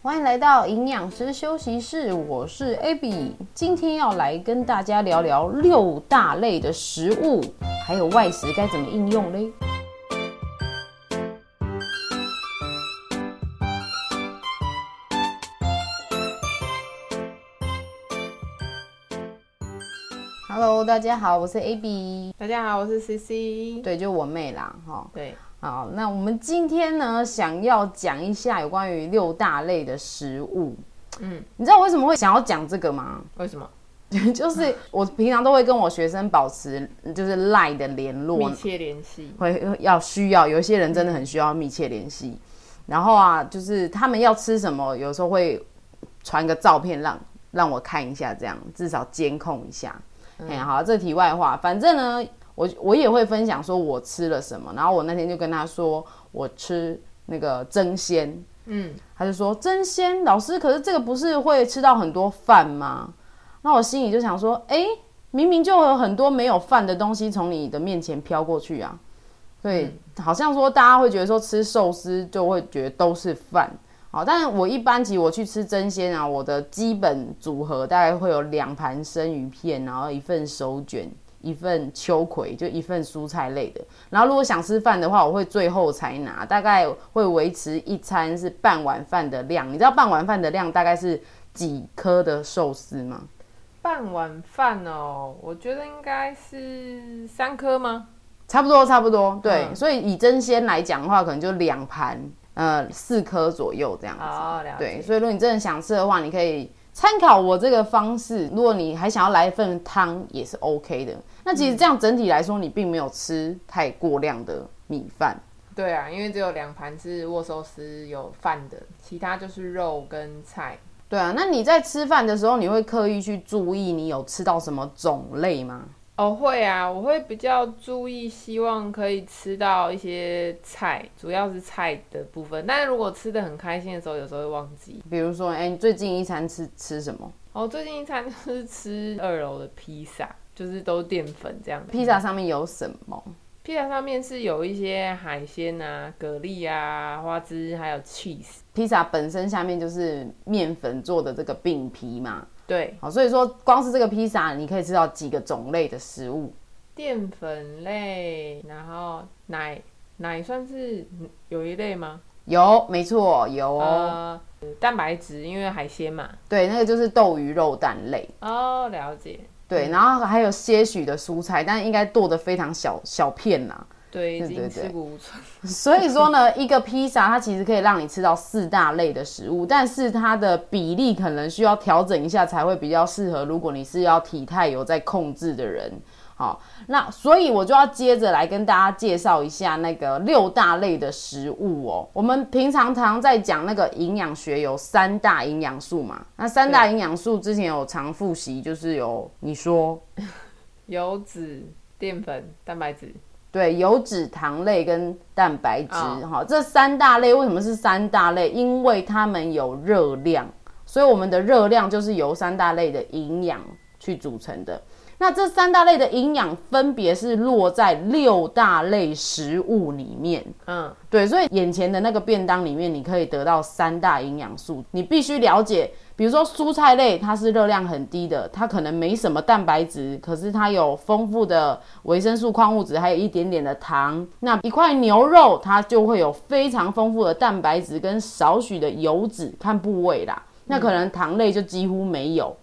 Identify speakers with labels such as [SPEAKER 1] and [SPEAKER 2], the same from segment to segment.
[SPEAKER 1] 欢迎来到营养师休息室，我是 Abby，今天要来跟大家聊聊六大类的食物，还有外食该怎么应用嘞。Hello，大家好，我是 AB，
[SPEAKER 2] 大家好，我是 CC。
[SPEAKER 1] 对，就我妹啦，哈。
[SPEAKER 2] 对，
[SPEAKER 1] 好，那我们今天呢，想要讲一下有关于六大类的食物。嗯
[SPEAKER 2] 嗯，
[SPEAKER 1] 你知道我为什么会想要讲这个吗？
[SPEAKER 2] 为什么
[SPEAKER 1] 就是我平常都会跟我学生保持就是赖的联络
[SPEAKER 2] 密，切联系？
[SPEAKER 1] 会要需要有一些人真的很需要密切联系。然后啊，就是他们要吃什么，有时候会传个照片让让我看一下，这样至少监控一下。哎、好，这题外话，反正呢，我我也会分享说我吃了什么。然后我那天就跟他说我吃那个蒸鲜，
[SPEAKER 2] 嗯，
[SPEAKER 1] 他就说蒸鲜老师，可是这个不是会吃到很多饭吗？那我心里就想说，哎、明明就有很多没有饭的东西从你的面前飘过去啊。对，好像说大家会觉得说吃寿司就会觉得都是饭，好，但我一般其实我去吃真鲜啊，我的基本组合大概会有两盘生鱼片，然后一份手卷，一份秋葵，就一份蔬菜类的。然后如果想吃饭的话，我会最后才拿，大概会维持一餐是半碗饭的量。你知道半碗饭的量大概是几颗的寿司吗？
[SPEAKER 2] 半碗饭哦，我觉得应该是三颗吗？
[SPEAKER 1] 差不多，差不多，对。
[SPEAKER 2] 嗯
[SPEAKER 1] 所以以真鲜来讲的话，可能就两盘，呃，四颗左右这样子。
[SPEAKER 2] 哦了解
[SPEAKER 1] 对，所以如果你真的想吃的话，你可以参考我这个方式。如果你还想要来一份汤，也是 OK 的。那其实这样整体来说，你并没有吃太过量的米饭。
[SPEAKER 2] 对啊，因为只有两盘是握寿司有饭的，其他就是肉跟菜。
[SPEAKER 1] 对啊，那你在吃饭的时候，你会刻意去注意你有吃到什么种类吗？
[SPEAKER 2] 哦，会啊，我会比较注意，希望可以吃到一些菜，主要是菜的部分。但是如果吃的很开心的时候，有时候会忘记。
[SPEAKER 1] 比如说，哎、你最近一餐吃吃什么？
[SPEAKER 2] 哦，最近一餐就是吃二楼的披萨，就是都淀粉这样的。
[SPEAKER 1] 披萨上面有什么？
[SPEAKER 2] 披萨上面是有一些海鲜啊、蛤蜊啊、花枝，还有 cheese。
[SPEAKER 1] 披萨本身下面就是面粉做的这个饼皮嘛，
[SPEAKER 2] 对，
[SPEAKER 1] 好，所以说光是这个披萨，你可以吃到几个种类的食物。
[SPEAKER 2] 淀粉类，然后奶奶算是有一类吗？
[SPEAKER 1] 有，没错，有哦。
[SPEAKER 2] 呃，蛋白质，因为海鲜嘛。
[SPEAKER 1] 对，那个就是豆鱼肉蛋类。
[SPEAKER 2] 哦，了解。
[SPEAKER 1] 对，然后还有些许的蔬菜，但应该剁得非常小小片啦。
[SPEAKER 2] 对，已
[SPEAKER 1] 对对
[SPEAKER 2] 经
[SPEAKER 1] 对
[SPEAKER 2] 吃骨无存。
[SPEAKER 1] 所以说呢，一个披萨它其实可以让你吃到四大类的食物，但是它的比例可能需要调整一下，才会比较适合。如果你是要体态有在控制的人，好，那所以我就要接着来跟大家介绍一下那个六大类的食物哦。我们平常常在讲那个营养学有三大营养素嘛，那三大营养素之前有常复习，就是有你说
[SPEAKER 2] 油脂、淀粉、蛋白质。
[SPEAKER 1] 对，油脂、糖类跟蛋白质，哈、
[SPEAKER 2] 哦
[SPEAKER 1] 这三大类为什么是三大类？因为它们有热量，所以我们的热量就是由三大类的营养去组成的。那这三大类的营养分别是落在六大类食物里面，
[SPEAKER 2] 嗯，
[SPEAKER 1] 对，所以眼前的那个便当里面，你可以得到三大营养素，你必须了解。比如说蔬菜类，它是热量很低的，它可能没什么蛋白质，可是它有丰富的维生素、矿物质，还有一点点的糖。那一块牛肉，它就会有非常丰富的蛋白质跟少许的油脂，看部位啦。那可能糖类就几乎没有。哦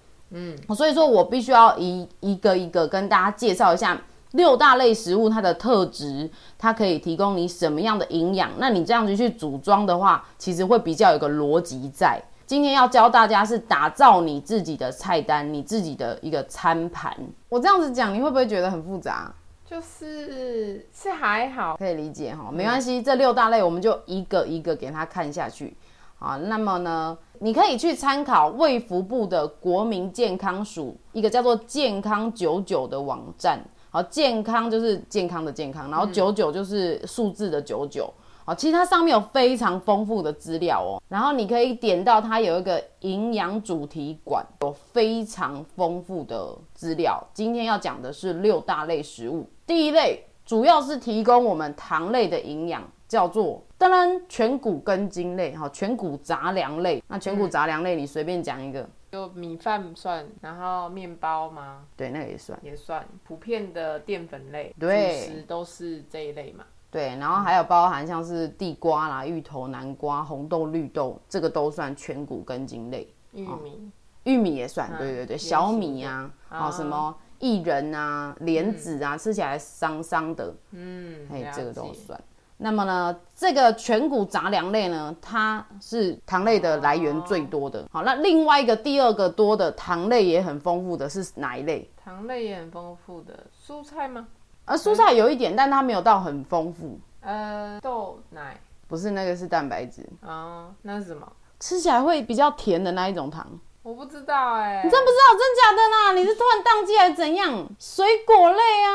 [SPEAKER 1] 所以说我必须要一一个一个跟大家介绍一下六大类食物它的特质，它可以提供你什么样的营养。那你这样子去组装的话，其实会比较有个逻辑在。今天要教大家是打造你自己的菜单，你自己的一个餐盘。我这样子讲，你会不会觉得很复杂？
[SPEAKER 2] 就是是还好。
[SPEAKER 1] 可以理解哈，没关系，这六大类我们就一个一个给它看下去。好，那么呢，你可以去参考卫福部的国民健康署一个叫做“健康九九”的网站。好，健康就是健康的健康，然后九九就是数字的九九。好，其实它上面有非常丰富的资料哦。然后你可以点到它有一个营养主题馆，有非常丰富的资料。今天要讲的是六大类食物，第一类主要是提供我们糖类的营养，叫做当然全谷根茎类，哈，全谷杂粮类。那全谷杂粮类，你随便讲一个，
[SPEAKER 2] 就米饭算，然后面包吗？
[SPEAKER 1] 对，那个也算。
[SPEAKER 2] 也算，普遍的淀粉类，
[SPEAKER 1] 对
[SPEAKER 2] 主食都是这一类嘛。
[SPEAKER 1] 对，然后还有包含像是地瓜啦、芋头、南瓜、红豆、绿豆，这个都算全谷根茎类。
[SPEAKER 2] 玉米、
[SPEAKER 1] 玉米也算，
[SPEAKER 2] 嗯
[SPEAKER 1] 对对对，
[SPEAKER 2] 也是
[SPEAKER 1] 小米啊，啊、
[SPEAKER 2] 哦
[SPEAKER 1] 什么薏仁啊、莲子啊，吃起来桑桑的，
[SPEAKER 2] 嗯，
[SPEAKER 1] 哎
[SPEAKER 2] 了，
[SPEAKER 1] 这个都
[SPEAKER 2] 解
[SPEAKER 1] 算。那么呢，这个全谷杂粮类呢，它是糖类的来源最多
[SPEAKER 2] 哦
[SPEAKER 1] 的。好，那另外一个第二个多的糖类也很丰富的是哪一类？
[SPEAKER 2] 糖类也很丰富的，蔬菜吗？
[SPEAKER 1] 呃，蔬菜有一点，但它没有到很丰富，
[SPEAKER 2] 呃，豆奶
[SPEAKER 1] 不是那个是蛋白质，
[SPEAKER 2] 哦，那是什么？
[SPEAKER 1] 吃起来会比较甜的那一种糖。
[SPEAKER 2] 我不知道哎、
[SPEAKER 1] 你真不知道真假的啦？你是突然宕机还是怎样？水果类啊，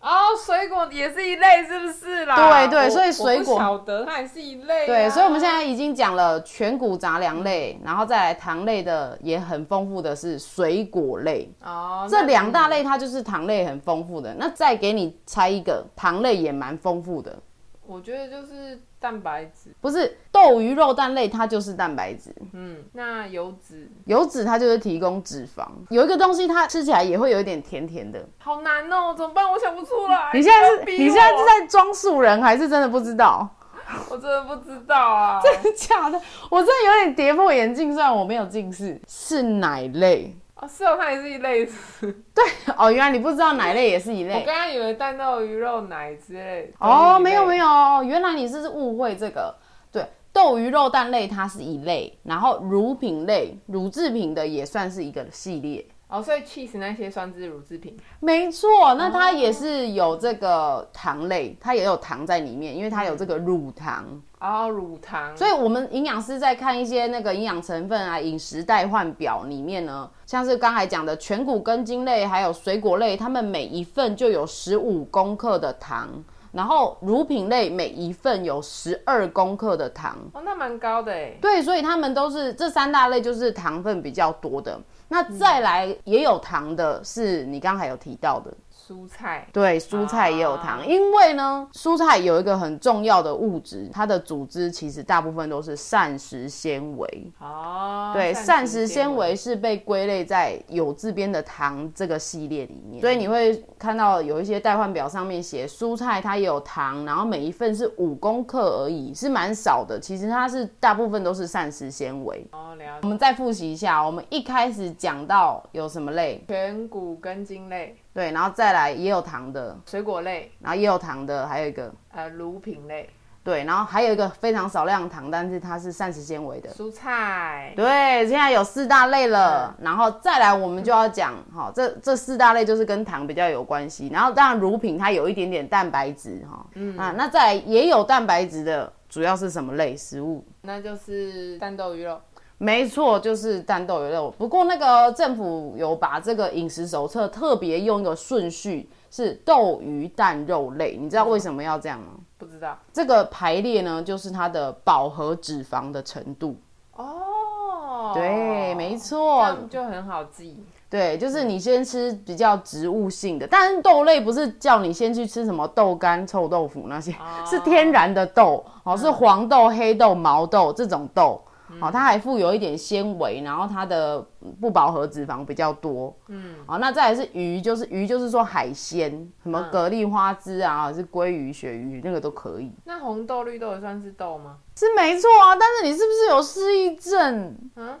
[SPEAKER 2] 哦，水果也是一类，是不是啦？
[SPEAKER 1] 对对
[SPEAKER 2] 我
[SPEAKER 1] 所以水果
[SPEAKER 2] 我不晓得它也是一类啊、嗯
[SPEAKER 1] 对，所以我们现在已经讲了全谷杂粮类，然后再来糖类的也很丰富的是水果类，
[SPEAKER 2] 哦，
[SPEAKER 1] 这
[SPEAKER 2] 那
[SPEAKER 1] 两大类它就是糖类很丰富的。那再给你猜一个，糖类也蛮丰富的，
[SPEAKER 2] 我觉得就是蛋白质，
[SPEAKER 1] 不是豆鱼肉蛋类它就是蛋白质，
[SPEAKER 2] 嗯，那油脂
[SPEAKER 1] 油脂它就是提供脂肪。有一个东西它吃起来也会有一点甜甜的。
[SPEAKER 2] 好难哦，怎么办？我想不出来。
[SPEAKER 1] 你现在
[SPEAKER 2] 不要
[SPEAKER 1] 是
[SPEAKER 2] 逼
[SPEAKER 1] 你现在是在装素人还是真的不知道？
[SPEAKER 2] 我，我真的不知道啊。
[SPEAKER 1] 假的，我真的有点跌破眼镜，虽然我没有近视，是奶类。
[SPEAKER 2] 哦，是哦，它也是一类是不是
[SPEAKER 1] 对 哦，原来你不知道奶类也是一
[SPEAKER 2] 我
[SPEAKER 1] 类。
[SPEAKER 2] 刚刚以为蛋豆鱼肉奶之类的。
[SPEAKER 1] 哎哦，没有
[SPEAKER 2] 有。
[SPEAKER 1] 没有，原来你是误会这个。对，豆鱼肉蛋类它是一类，然后乳品类、乳制品的也算是一个系列。
[SPEAKER 2] 哦，所以 cheese 那些算是乳制品。
[SPEAKER 1] 没错，那它
[SPEAKER 2] 哦
[SPEAKER 1] 也是有这个糖类，它也有糖在里面，因为它有这个乳糖。
[SPEAKER 2] 哦，乳糖。
[SPEAKER 1] 所以，我们营养师在看一些那个营养成分啊、饮食代换表里面呢，像是刚才讲的全谷根茎类还有水果类，它们每一份就有十五公克的糖，然后乳品类每一份有十二公克的糖。
[SPEAKER 2] 哦，那蛮高的哎。
[SPEAKER 1] 对，所以它们都是这三大类，就是糖分比较多的。那再来也有糖的，是你刚才有提到的，
[SPEAKER 2] 蔬菜
[SPEAKER 1] 对，蔬菜也有糖，
[SPEAKER 2] 啊
[SPEAKER 1] 因为呢，蔬菜有一个很重要的物质，它的组织其实大部分都是膳食纤维。
[SPEAKER 2] 哦，
[SPEAKER 1] 对，膳食纤维是被归类在有字边的糖这个系列里面，所以你会看到有一些代换表上面写蔬菜它也有糖，然后每一份是五公克而已，是蛮少的。其实它是大部分都是膳食纤维。
[SPEAKER 2] 哦，了
[SPEAKER 1] 我
[SPEAKER 2] 解。
[SPEAKER 1] 们再复习一下，我们一开始讲到有什么类，
[SPEAKER 2] 全谷根茎类、
[SPEAKER 1] 对，然后再来也有糖的，
[SPEAKER 2] 水果类、
[SPEAKER 1] 然后也有糖的，还有一个
[SPEAKER 2] 呃，乳品类、
[SPEAKER 1] 对，然后还有一个非常少量的糖，但是它是膳食纤维的。
[SPEAKER 2] 蔬菜。
[SPEAKER 1] 对，现在有四大类了，然后再来我们就要讲，好、这这四大类就是跟糖比较有关系，然后当然乳品它有一点点蛋白质哈，嗯啊，那再来也有蛋白质的，主要是什么类食物？
[SPEAKER 2] 那就是蛋豆鱼肉，
[SPEAKER 1] 没错，就是蛋豆油肉。不过那个政府有把这个饮食手册特别用一个顺序，是豆鱼蛋肉类，你知道为什么要这样吗？
[SPEAKER 2] 不知道
[SPEAKER 1] 这个排列呢，就是它的饱和脂肪的程度。
[SPEAKER 2] 哦。
[SPEAKER 1] 对，没
[SPEAKER 2] 这
[SPEAKER 1] 错，
[SPEAKER 2] 样就很好记。
[SPEAKER 1] 对，就是你先吃比较植物性的，但是豆类不是叫你先去吃什么豆干、臭豆腐那些，是天然的豆，哦，是黄豆、黑豆、毛豆这种豆。哦，它还富有一点纤维，然后它的不饱和脂肪比较多。嗯，哦，那再来是鱼，就是鱼，就是说海鲜，什么蛤蜊花枝啊，还是鲑鱼、鳕鱼，那个都可以。
[SPEAKER 2] 那红豆、绿豆也算是豆吗？
[SPEAKER 1] 是没错啊，但是你是不是有失忆症？
[SPEAKER 2] 嗯，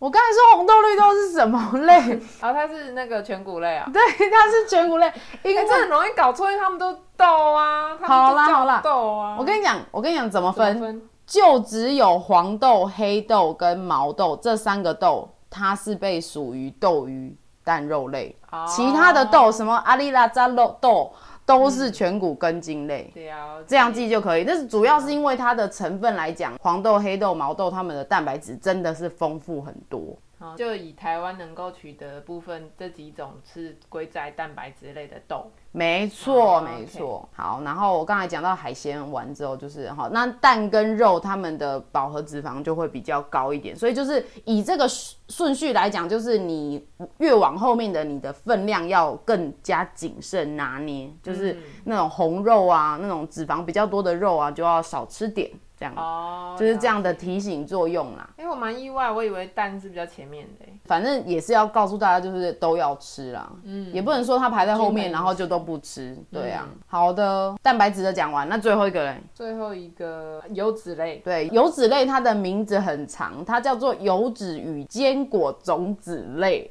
[SPEAKER 1] 我刚才说红豆绿豆是什么类？
[SPEAKER 2] 然哦后它是那个全谷类啊。
[SPEAKER 1] 对，它是全谷类，因
[SPEAKER 2] 哎、
[SPEAKER 1] 为
[SPEAKER 2] 这很容易搞错，因为他们都豆啊，他
[SPEAKER 1] 好啦
[SPEAKER 2] 们
[SPEAKER 1] 好
[SPEAKER 2] 都
[SPEAKER 1] 啦
[SPEAKER 2] 叫豆啊。
[SPEAKER 1] 我跟你讲，我跟你讲怎么
[SPEAKER 2] 怎么
[SPEAKER 1] 分，就只有黄豆、黑豆跟毛豆这三个豆，它是被属于豆鱼蛋肉类，
[SPEAKER 2] 哦
[SPEAKER 1] 其他的豆什么阿里拉扎肉豆都是全谷根茎类。
[SPEAKER 2] 嗯了解
[SPEAKER 1] 这样记就可以，但是主要
[SPEAKER 2] 嗯
[SPEAKER 1] 是因为它的成分来讲，黄豆、黑豆、毛豆它们的蛋白质真的是丰富很多。
[SPEAKER 2] 好就以台湾能够取得的部分，这几种是归在蛋白质类的豆。
[SPEAKER 1] 没错，
[SPEAKER 2] 哦
[SPEAKER 1] 没
[SPEAKER 2] OK
[SPEAKER 1] 错。好，然后我刚才讲到海鲜完之后，就是好，那蛋跟肉它们的饱和脂肪就会比较高一点，所以就是以这个顺顺序来讲，就是你越往后面的，你的分量要更加谨慎拿捏，
[SPEAKER 2] 嗯
[SPEAKER 1] 就是那种红肉啊，那种脂肪比较多的肉啊，就要少吃点，这样、
[SPEAKER 2] 哦，
[SPEAKER 1] 嗯就是这样的提醒作用啦。
[SPEAKER 2] 哎、我蛮意外，我以为蛋是比较前面的欸。
[SPEAKER 1] 反正也是要告诉大家，就是都要吃啦，嗯，也不能说它排在后面，
[SPEAKER 2] 均衡饮食
[SPEAKER 1] 然后就都不吃，对啊。好的，蛋白质的讲完，那最后一个嘞，
[SPEAKER 2] 最后一个油脂类，
[SPEAKER 1] 对，油脂类它的名字很长，它叫做油脂与坚果种子类。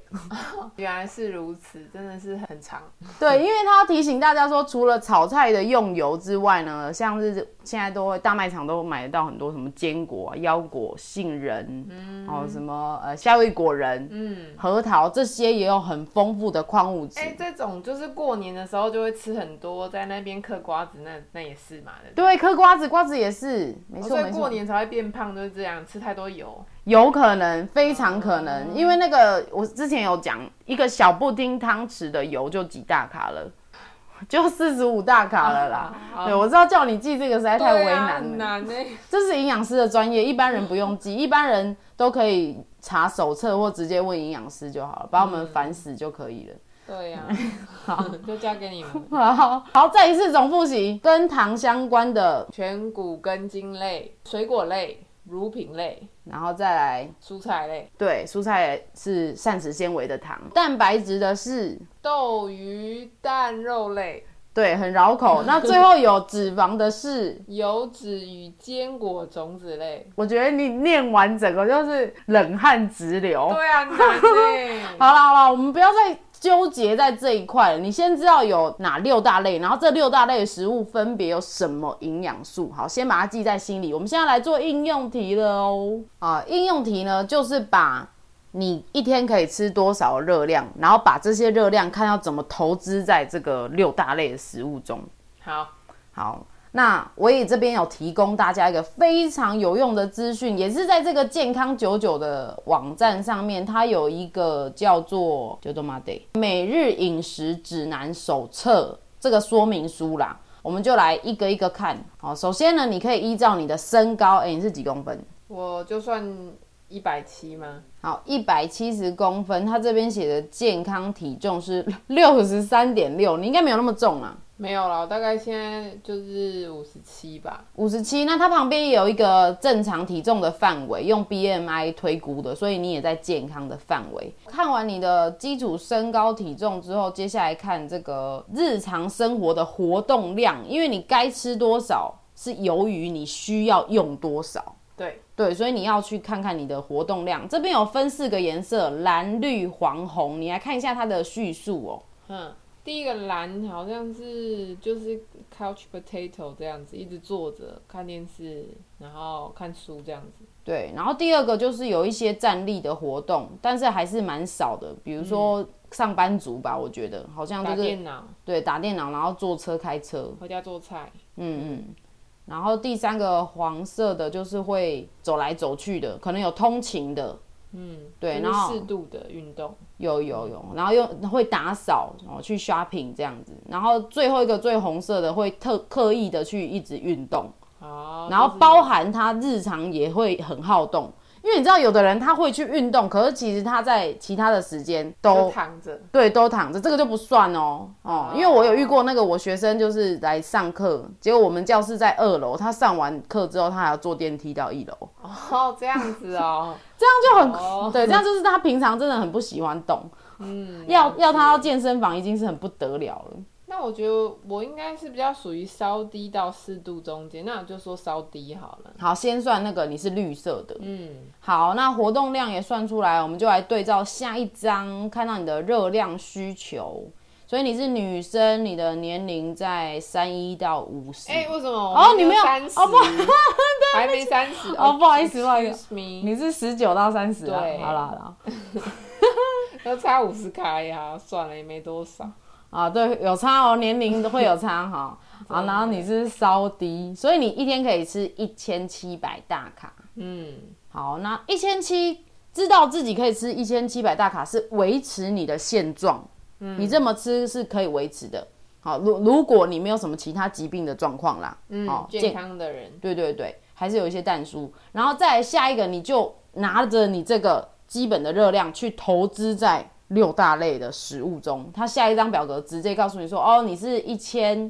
[SPEAKER 2] 原来是如此，真的是很长。
[SPEAKER 1] 对，因为它要提醒大家说，除了炒菜的用油之外呢，像是现在都会大卖场都买得到很多什么坚果、啊、腰果、杏仁，嗯，还有什么呃夏威夷果仁、
[SPEAKER 2] 嗯，
[SPEAKER 1] 核桃这些也有很丰富的矿物质。
[SPEAKER 2] 哎、这种就是过年的时候就会吃很多，在那边嗑瓜子，那那也是嘛，对不
[SPEAKER 1] 对，
[SPEAKER 2] 对？
[SPEAKER 1] 嗑瓜子，瓜子也是，没
[SPEAKER 2] 哦
[SPEAKER 1] 错
[SPEAKER 2] 所
[SPEAKER 1] 没
[SPEAKER 2] 以过
[SPEAKER 1] 错，
[SPEAKER 2] 年才会变胖，就是这样，吃太多油。
[SPEAKER 1] 有可能，非常可能，因为那个我之前有讲，一个小布丁汤匙的油就几大卡了， 就四十五大卡了啦。
[SPEAKER 2] 啊
[SPEAKER 1] 对，我知道叫你记这个实在太为
[SPEAKER 2] 对啊
[SPEAKER 1] 难
[SPEAKER 2] 很
[SPEAKER 1] 了，
[SPEAKER 2] 难呢、
[SPEAKER 1] 这是营养师的专业，一般人不用 记，一般人都可以查手册或直接问营养师就好了，把我
[SPEAKER 2] 嗯
[SPEAKER 1] 们烦死就可以了。
[SPEAKER 2] 对呀、 好，就交给你们。
[SPEAKER 1] 好，好，再一次总复习，跟糖相关的，
[SPEAKER 2] 全谷根茎类、水果类、乳品类、
[SPEAKER 1] 然后再来
[SPEAKER 2] 蔬菜类、
[SPEAKER 1] 对，蔬菜是膳食纤维的糖，蛋白质的是
[SPEAKER 2] 豆鱼蛋肉类、
[SPEAKER 1] 对，很绕口。那最后有脂肪的是，
[SPEAKER 2] 油脂与坚果种子类。
[SPEAKER 1] 我觉得你念完整个就是冷汗直 流。
[SPEAKER 2] 对啊，很难 呢、
[SPEAKER 1] 好了好了，我们不要再纠结在这一块了。你先知道有哪六大类，然后这六大类的食物分别有什么营养素。好，先把它记在心里。我们现在来做应用题了哦。啊，应用题呢，就是把你一天可以吃多少热量，然后把这些热量看要怎么投资在这个六大类的食物中。
[SPEAKER 2] 好，
[SPEAKER 1] 好，那我也这边有提供大家一个非常有用的资讯，也是在这个健康九九的网站上面，它有一个叫做《九九 m a d 每日饮食指南手册》这个说明书啦。我们就来一个一个看。好，首先呢，你可以依照你的身高，哎、你是几公分？
[SPEAKER 2] 我就算一百七吗？
[SPEAKER 1] 好，一百七十公分，它这边写的健康体重是六十三点六，你应该没有那么重啊。
[SPEAKER 2] 没有了，我大概现在就是五十七吧。
[SPEAKER 1] 五十七，那它旁边也有一个正常体重的范围，用 BMI 推估的，所以你也在健康的范围。看完你的基础身高体重之后，接下来看这个日常生活的活动量，因为你该吃多少是由于你需要用多少。
[SPEAKER 2] 对，
[SPEAKER 1] 对，所以你要去看看你的活动量，这边有分四个颜色，蓝、绿、黄、红，你来看一下它的叙述哦。
[SPEAKER 2] 嗯，第一个蓝好像是就是 couch potato 这样子，一直坐着看电视，然后看书这样子。
[SPEAKER 1] 对，然后第二个就是有一些站立的活动，但是还是蛮少的，比如说上班族吧，我觉得好像
[SPEAKER 2] 嗯打
[SPEAKER 1] 就是
[SPEAKER 2] 电脑，
[SPEAKER 1] 对打电脑，然后坐车、开车，
[SPEAKER 2] 回家做菜。
[SPEAKER 1] 嗯嗯。然后第三个黄色的就是会走来走去的，可能有通勤的，
[SPEAKER 2] 嗯，
[SPEAKER 1] 对
[SPEAKER 2] 就是
[SPEAKER 1] 然后
[SPEAKER 2] 适度的运动。
[SPEAKER 1] 有有有，然后又会打扫哦，去 shopping 这样子。然后最后一个最红色的会特刻意的去一直运动，
[SPEAKER 2] 好，
[SPEAKER 1] 然后
[SPEAKER 2] 哦就是
[SPEAKER 1] 包含他日常也会很好动，因为你知道有的人他会去运动，可是其实他在其他的时间
[SPEAKER 2] 就
[SPEAKER 1] 都
[SPEAKER 2] 躺着。
[SPEAKER 1] 对都躺着，这个就不算哦哦，因为我有遇过那个我学生就是来上课，结果我们教室在二楼，他上完课之后他还要坐电梯到一楼，
[SPEAKER 2] 哦，这样子哦，
[SPEAKER 1] 这样就很、
[SPEAKER 2] 哦
[SPEAKER 1] 对，这样就是他平常真的很不喜欢动，
[SPEAKER 2] 嗯，
[SPEAKER 1] 要要他
[SPEAKER 2] 了
[SPEAKER 1] 到
[SPEAKER 2] 解。
[SPEAKER 1] 健身房已经是很不得了了。
[SPEAKER 2] 那我觉得我应该是比较属于稍低到适度中间，那我就说稍低好了。
[SPEAKER 1] 好，先算那个你是绿色的，
[SPEAKER 2] 嗯，
[SPEAKER 1] 好，那活动量也算出来，我们就来对照下一章，看到你的热量需求。所以你是女生，你的年龄在三一到五十、
[SPEAKER 2] 哎、为什么？
[SPEAKER 1] 哦你没有
[SPEAKER 2] 三十、
[SPEAKER 1] 哦不
[SPEAKER 2] 还没三十
[SPEAKER 1] 哦不好意思不好意思
[SPEAKER 2] 思，me，
[SPEAKER 1] 你是十九到三十啦
[SPEAKER 2] 对。
[SPEAKER 1] 好啦好啦，
[SPEAKER 2] 要差五十卡呀，算了，也没多少。
[SPEAKER 1] 啊，对，有差哦，年龄会有差哈。 啊，然后你是稍低，所以你一天可以吃一千七百大卡。
[SPEAKER 2] 嗯，
[SPEAKER 1] 好，那一千七知道自己可以吃一千七百大卡是维持你的现状，
[SPEAKER 2] 嗯
[SPEAKER 1] 你这么吃是可以维持的。好，如如果你没有什么其他疾病的状况啦，嗯
[SPEAKER 2] 嗯，健康的人，
[SPEAKER 1] 对对对，还是有一些蛋酥。然后再来下一个，你就拿着你这个基本的热量去投资在六大类的食物中。它下一张表格直接告诉你说，哦，你是一千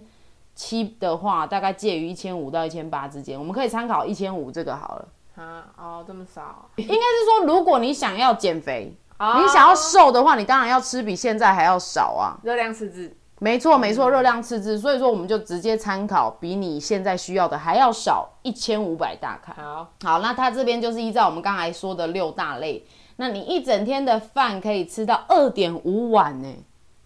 [SPEAKER 1] 七的话，大概介于一千五到一千八之间。我们可以参考一千五这个好了。
[SPEAKER 2] 啊，哦，这么少，
[SPEAKER 1] 应该是说，如果你想要减肥，你
[SPEAKER 2] 你
[SPEAKER 1] 想要瘦的话，你当然要吃比现在还要少啊。
[SPEAKER 2] 热量赤字，
[SPEAKER 1] 没错，没错，热量赤字，所以说我们就直接参考比你现在需要的还要少一千五百大卡。
[SPEAKER 2] 好，
[SPEAKER 1] 好，那它这边就是依照我们刚才说的六大类，那你一整天的饭可以吃到二点五碗呢、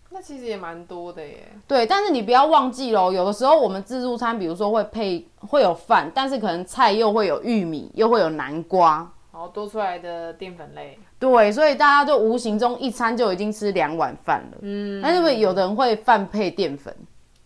[SPEAKER 2] 那其实也蛮多的耶，
[SPEAKER 1] 对，但是你不要忘记喽，有的时候我们自助餐，比如说会配会有饭，但是可能菜又会有玉米，又会有南瓜，
[SPEAKER 2] 好多出来的淀粉类，
[SPEAKER 1] 对，所以大家就无形中一餐就已经吃两碗饭了。嗯，但是有的人会饭配淀粉，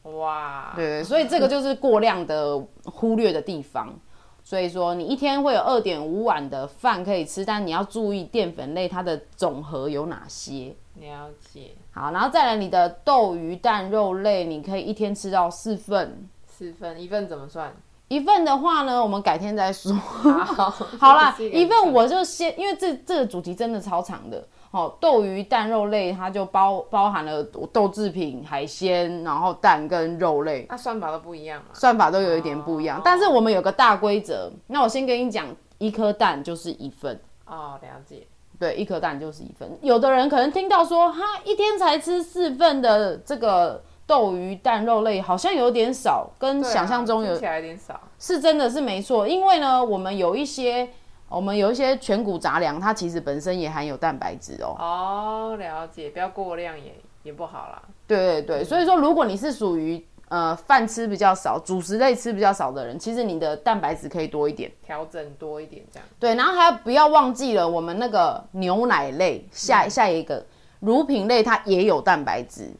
[SPEAKER 2] 哇，
[SPEAKER 1] 对对，所以这个就是过量的忽略的地方。所以说，你一天会有二点五碗的饭可以吃，但你要注意淀粉类它的总和有哪些。
[SPEAKER 2] 了解，
[SPEAKER 1] 好，然后再来你的豆鱼蛋肉类，你可以一天吃到四份。
[SPEAKER 2] 四份，一份怎 么算？
[SPEAKER 1] 一份的话呢，我们改天再说。
[SPEAKER 2] 好，
[SPEAKER 1] 好 啦，
[SPEAKER 2] 这是个
[SPEAKER 1] 一份我就先，因为这这个主题真的超长的。哦，豆鱼蛋肉类它就包包含了豆制品、海鲜，然后蛋跟肉类。
[SPEAKER 2] 那啊算法都不一样嘛，
[SPEAKER 1] 算法都有一点不一样，
[SPEAKER 2] 哦
[SPEAKER 1] 但是我们有个大规则。那我先跟你讲，一颗蛋就是一份，
[SPEAKER 2] 哦，了解，
[SPEAKER 1] 对，一颗蛋就是一份。有的人可能听到说，他一天才吃四份的这个豆鱼蛋肉类，好像有点少，跟
[SPEAKER 2] 对啊
[SPEAKER 1] 想象中有、
[SPEAKER 2] 听起来有点少，
[SPEAKER 1] 是真的是没错。因为呢，我们有一些我们有一些全谷杂粮，它其实本身也含有蛋白质哦。
[SPEAKER 2] 哦，了解，不要过量也也不好啦，
[SPEAKER 1] 对对对，所以说如果你是属于呃饭吃比较少、主食类吃比较少的人，其实你的蛋白质可以多一点。
[SPEAKER 2] 调整多一点这样，
[SPEAKER 1] 对，然后还不要忘记了我们那个牛奶类下下一个乳品类，它也有蛋白质，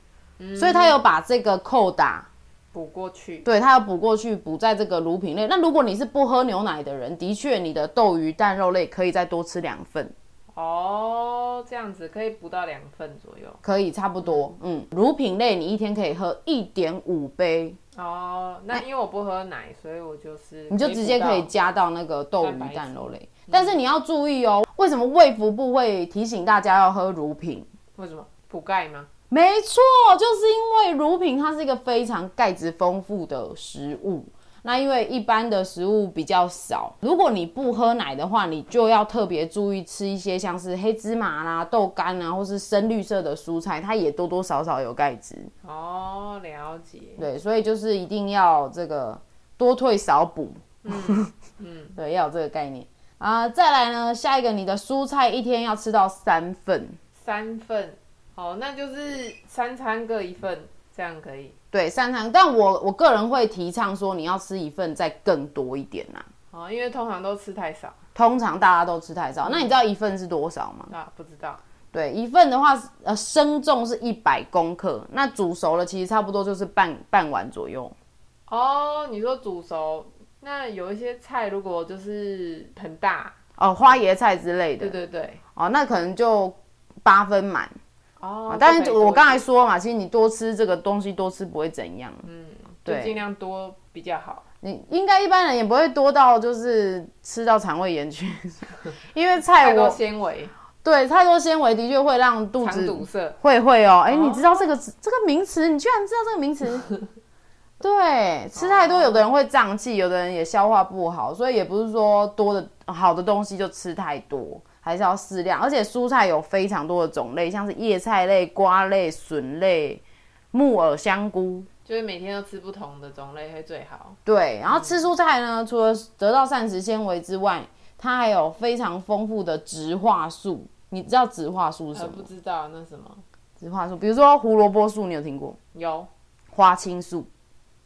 [SPEAKER 1] 所以它有把这个扣打，
[SPEAKER 2] 补过去，
[SPEAKER 1] 对，它要补过去补在这个乳品类。那如果你是不喝牛奶的人，的确你的豆鱼蛋肉类可以再多吃两份，
[SPEAKER 2] 哦，这样子可以补到两份左右，
[SPEAKER 1] 可以差不多，嗯，乳品类你一天可以喝一点五杯，
[SPEAKER 2] 哦，那因为我不喝奶，所以我就是
[SPEAKER 1] 你就直接可以
[SPEAKER 2] 补到
[SPEAKER 1] 加到那个豆
[SPEAKER 2] 蛋白
[SPEAKER 1] 鱼
[SPEAKER 2] 质
[SPEAKER 1] 蛋肉类。嗯但是你要注意哦，为什么卫福部会提醒大家要喝乳品？
[SPEAKER 2] 为什么补钙吗？
[SPEAKER 1] 没错，就是因为乳品它是一个非常钙质丰富的食物。那因为一般的食物比较少，如果你不喝奶的话，你就要特别注意吃一些像是黑芝麻啦、豆干啊，或是深绿色的蔬菜，它也多多少少有钙质。
[SPEAKER 2] 哦，了解，
[SPEAKER 1] 对，所以就是一定要这个多退少补， 嗯，对，要有这个概念啊、再来呢，下一个你的蔬菜一天要吃到三份，
[SPEAKER 2] 三份，哦，那就是三餐各一份，这样可以。
[SPEAKER 1] 对，三餐，但我我个人会提倡说，你要吃一份再更多一点啦、
[SPEAKER 2] 哦，因为通常都吃太少，
[SPEAKER 1] 通常大家都吃太少，那你知道一份是多少吗？
[SPEAKER 2] 那、不知道。
[SPEAKER 1] 对，一份的话，呃，生重是一百公克，那煮熟了其实差不多就是半半碗左右。
[SPEAKER 2] 哦，你说煮熟，那有一些菜如果就是很大，
[SPEAKER 1] 哦，花椰菜之类的
[SPEAKER 2] 对，对对，
[SPEAKER 1] 哦，那可能就八分满。
[SPEAKER 2] 哦，
[SPEAKER 1] 但是
[SPEAKER 2] 就可以多
[SPEAKER 1] 我刚才说嘛，其实你多吃这个东西，多吃不会怎样。
[SPEAKER 2] 嗯就尽量多比较好。
[SPEAKER 1] 你应该一般人也不会多到就是吃到肠胃炎去， 因为菜
[SPEAKER 2] 太多
[SPEAKER 1] 哎我
[SPEAKER 2] 纤维，
[SPEAKER 1] 对太多纤维的确会让肚
[SPEAKER 2] 肠
[SPEAKER 1] 子
[SPEAKER 2] 堵塞，
[SPEAKER 1] 会会哦，哎、
[SPEAKER 2] 哦
[SPEAKER 1] 你知道这个词这个名词，你居然知道这个名 词？对，吃太多，有的人会胀气，有的人也消化不好，所以也不是说多的好的东西就吃太多，还是要适量。而且蔬菜有非常多的种类，像是叶菜类、瓜类、笋类、木耳、香菇。
[SPEAKER 2] 就是每天都吃不同的种类会最好。
[SPEAKER 1] 对，然后吃蔬菜呢，除了得到膳食纤维之外，它还有非常丰富的植化素。你知道植化素是
[SPEAKER 2] 呃，
[SPEAKER 1] 什么
[SPEAKER 2] 不？知道那什么，
[SPEAKER 1] 植化素，比如说胡萝卜素，你有听过？
[SPEAKER 2] 有
[SPEAKER 1] 花青素。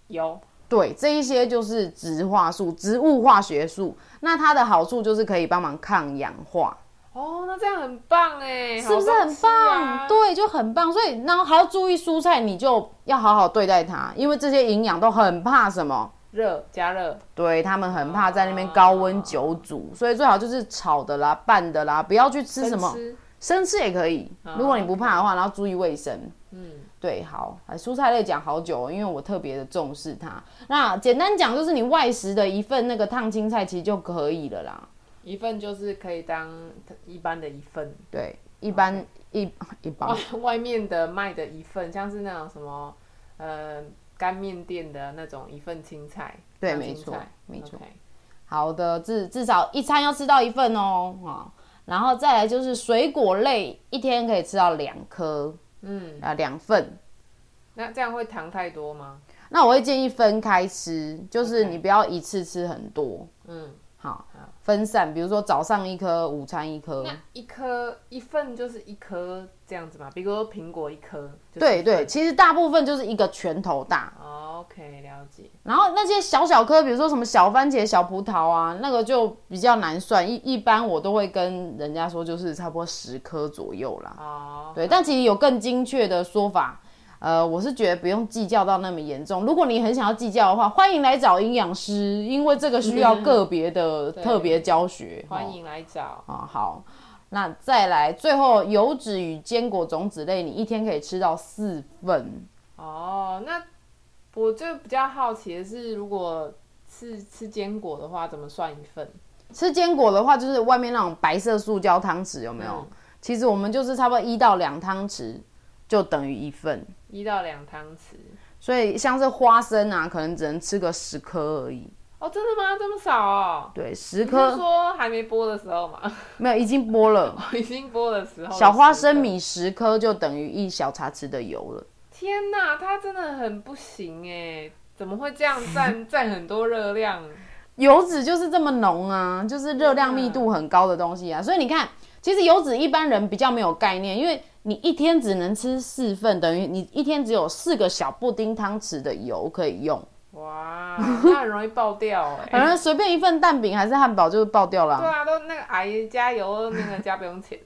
[SPEAKER 2] 有
[SPEAKER 1] 对，这一些就是植化素、植物化学素。那它的好处就是可以帮忙抗氧化，
[SPEAKER 2] 哦，那这样很棒哎，
[SPEAKER 1] 是不是很棒？
[SPEAKER 2] 好东西啊
[SPEAKER 1] 对，就很棒。所以，然后还要注意蔬菜，你就要好好对待它，因为这些营养都很怕什么
[SPEAKER 2] 热加热，
[SPEAKER 1] 对他们很怕在那边高
[SPEAKER 2] 啊
[SPEAKER 1] 温久煮，所以最好就是炒的啦、拌的啦，不要去吃什
[SPEAKER 2] 生
[SPEAKER 1] 么
[SPEAKER 2] 吃啊
[SPEAKER 1] 生吃也可以。如果你不怕的话，然后注意卫生。
[SPEAKER 2] 嗯，
[SPEAKER 1] 对，好，哎蔬菜类讲好久哦，因为我特别的重视它。那简单讲，就是你外食的一份那个烫青菜其实就可以了啦。
[SPEAKER 2] 一份就是可以当一般的一份，
[SPEAKER 1] 对，一般一一般
[SPEAKER 2] 外 外面的卖的一份，像是那种什么呃干面店的那种一份青菜，
[SPEAKER 1] 对
[SPEAKER 2] 烫
[SPEAKER 1] 没
[SPEAKER 2] 青
[SPEAKER 1] 错
[SPEAKER 2] 菜
[SPEAKER 1] 没错
[SPEAKER 2] OK
[SPEAKER 1] 好的，至至少一餐要吃到一份哦，啊、然后再来就是水果类，一天可以吃到两颗
[SPEAKER 2] 嗯，
[SPEAKER 1] 啊，两份。
[SPEAKER 2] 那这样会糖太多吗？
[SPEAKER 1] 那我会建议分开吃，就是你
[SPEAKER 2] OK
[SPEAKER 1] 不要一次吃很多，
[SPEAKER 2] 嗯，
[SPEAKER 1] 好，分散，比如说早上一颗，午餐一颗。
[SPEAKER 2] 那一颗一份就是一颗这样子嘛，比如说苹果一颗，就是
[SPEAKER 1] 对
[SPEAKER 2] 一份
[SPEAKER 1] 对，其实大部分就是一个拳头大，
[SPEAKER 2] 哦，OK，了解。
[SPEAKER 1] 然后那些小小颗，比如说什么小番茄、小葡萄啊，那个就比较难算。一一般我都会跟人家说，就是差不多十颗左右啦。
[SPEAKER 2] 哦，
[SPEAKER 1] 对，但其实有更精确的说法。呃，我是觉得不用计较到那么严重。如果你很想要计较的话，欢迎来找营养师，因为这个需要个别的特别教学。
[SPEAKER 2] 欢
[SPEAKER 1] 哦
[SPEAKER 2] 迎来找。
[SPEAKER 1] 啊、好，那再来最后油脂与坚果种子类，你一天可以吃到四份。
[SPEAKER 2] 哦，那我就比较好奇的是，如果是吃坚果的话，怎么算一份？
[SPEAKER 1] 吃坚果的话，就是外面那种白色塑胶汤匙，有没有？
[SPEAKER 2] 嗯
[SPEAKER 1] 其实我们就是差不多一到两汤匙就等于一份，
[SPEAKER 2] 一到两汤匙。
[SPEAKER 1] 所以像是花生啊，可能只能吃个十颗而已。
[SPEAKER 2] 哦，真的吗？这么少哦？
[SPEAKER 1] 对，十
[SPEAKER 2] 你是
[SPEAKER 1] 颗
[SPEAKER 2] 说哦还没播的时候嘛？
[SPEAKER 1] 没有，已经剥了。
[SPEAKER 2] 已经播的时候。
[SPEAKER 1] 小花生。米十颗就等于一小茶匙的油了。
[SPEAKER 2] 天哪，它真的很不行哎，怎么会这样 占占很多热量？
[SPEAKER 1] 油脂就是这么浓啊，就是热量密度很高的东西啊。所以你看，其实油脂一般人比较没有概念，因为你一天只能吃四份，等于你一天只有四个小布丁汤匙的油可以用。
[SPEAKER 2] 哇，那很容易爆掉哎。
[SPEAKER 1] 反正随便一份蛋饼还是汉堡就是爆掉了啊、
[SPEAKER 2] 对啊，都那个阿姨加油，那个加不 用钱。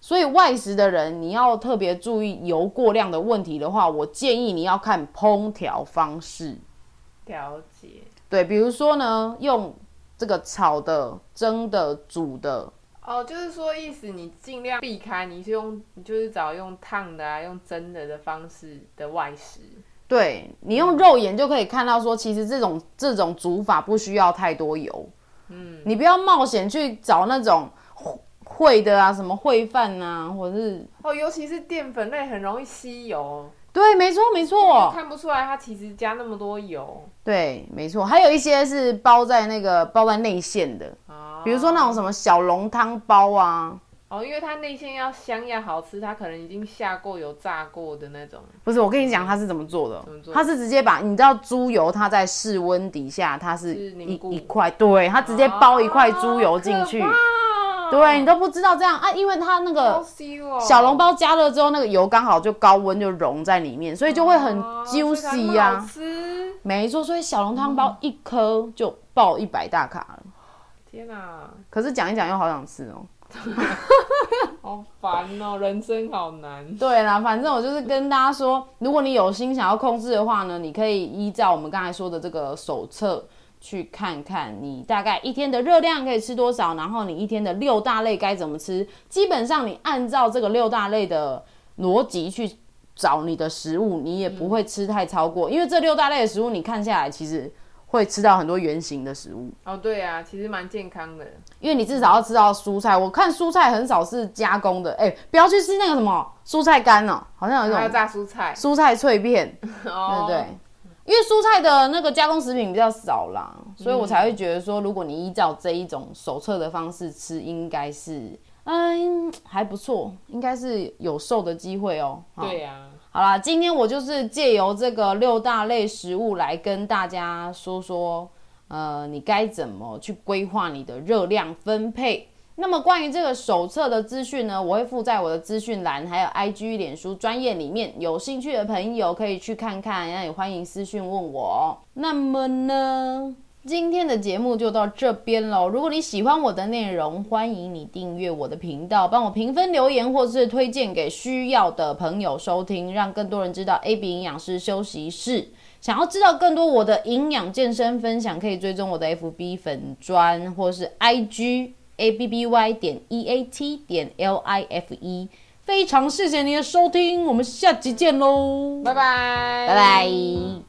[SPEAKER 1] 所以外食的人，你要特别注意油过量的问题的话，我建议你要看烹调方式。
[SPEAKER 2] 了解。
[SPEAKER 1] 对，比如说呢，用这个炒的、蒸的、煮的，
[SPEAKER 2] 哦，就是说意思你尽量避开，你是用你就是找用烫的啊，用蒸的的方式的外食。
[SPEAKER 1] 对你用
[SPEAKER 2] 嗯
[SPEAKER 1] 肉眼就可以看到说，其实这种这种煮法不需要太多油。嗯，你不要冒险去找那种烩烩的啊，什么烩饭啊，或者是
[SPEAKER 2] 哦，尤其是淀粉类很容易吸油，
[SPEAKER 1] 对，没错没错。
[SPEAKER 2] 就看不出来它其实加那么多油
[SPEAKER 1] 对，没错，还有一些是包在那个包在内馅的，
[SPEAKER 2] 啊。
[SPEAKER 1] 比如说那种什么小笼汤包啊，
[SPEAKER 2] 哦，因为它内馅要香要好吃，它可能已经下过油炸过的那种。
[SPEAKER 1] 不是，我跟你讲它是怎么做的，
[SPEAKER 2] 么做
[SPEAKER 1] 它是直接把你知道猪油它在室温底下它是
[SPEAKER 2] 是
[SPEAKER 1] 一
[SPEAKER 2] 凝固啊
[SPEAKER 1] 一块，对，它直接包一块猪油进去，对你
[SPEAKER 2] 都
[SPEAKER 1] 都不知道这样啊，因为它那
[SPEAKER 2] 哦好
[SPEAKER 1] 个
[SPEAKER 2] 吸哦，
[SPEAKER 1] 小笼包加热之后，那个油刚好就高温就融在里面，所以就会很
[SPEAKER 2] 哦所以
[SPEAKER 1] juicy
[SPEAKER 2] 才
[SPEAKER 1] 呀、
[SPEAKER 2] 那么好吃。
[SPEAKER 1] 没错，所以小笼汤
[SPEAKER 2] 嗯
[SPEAKER 1] 包一颗就爆一百大卡了，
[SPEAKER 2] 天哪、
[SPEAKER 1] 可是讲一讲又好想吃哦、
[SPEAKER 2] 好烦哦，人生好难。
[SPEAKER 1] 对啦，反正我就是跟大家说，如果你有心想要控制的话呢，你可以依照我们刚才说的这个手册去看看你大概一天的热量可以吃多少，然后你一天的六大类该怎么吃。基本上你按照这个六大类的逻辑去找你的食物，你也不会吃太超过，因为这六大类的食物你看下来其实会吃到很多圆形的食物。
[SPEAKER 2] 哦，对啊，其实蛮健康的。
[SPEAKER 1] 因为你至少要吃到蔬菜，我看蔬菜很少是加工的，哎、不要去吃那个什么蔬菜干哦、好像有一种
[SPEAKER 2] 还有炸蔬菜，
[SPEAKER 1] 蔬菜脆片，对
[SPEAKER 2] 哦
[SPEAKER 1] 不对？因为蔬菜的那个加工食品比较少啦，所以我才会觉得说，如果你依照这一种手册的方式吃，应该是嗯还不错，应该是有瘦的机会哦。哈
[SPEAKER 2] 对啊呀、
[SPEAKER 1] 好啦，今天我就是借由这个六大类食物来跟大家说说，呃，你该怎么去规划你的热量分配。那么关于这个手册的资讯呢，我会附在我的资讯栏，还有 IG、脸书专业里面，有兴趣的朋友可以去看看，那也欢迎私讯问我哦。那么呢，今天的节目就到这边喽。如果你喜欢我的内容，欢迎你订阅我的频道，帮我评分、留言，或是推荐给需要的朋友收听，让更多人知道 A B 营养师休息室。想要知道更多我的营养健身分享，可以追踪我的 FB 粉砖或是 IG A B B Y 点 E A T 点 L I F E。非常谢谢您的收听，我们下集见喽，
[SPEAKER 2] 拜拜，
[SPEAKER 1] 拜拜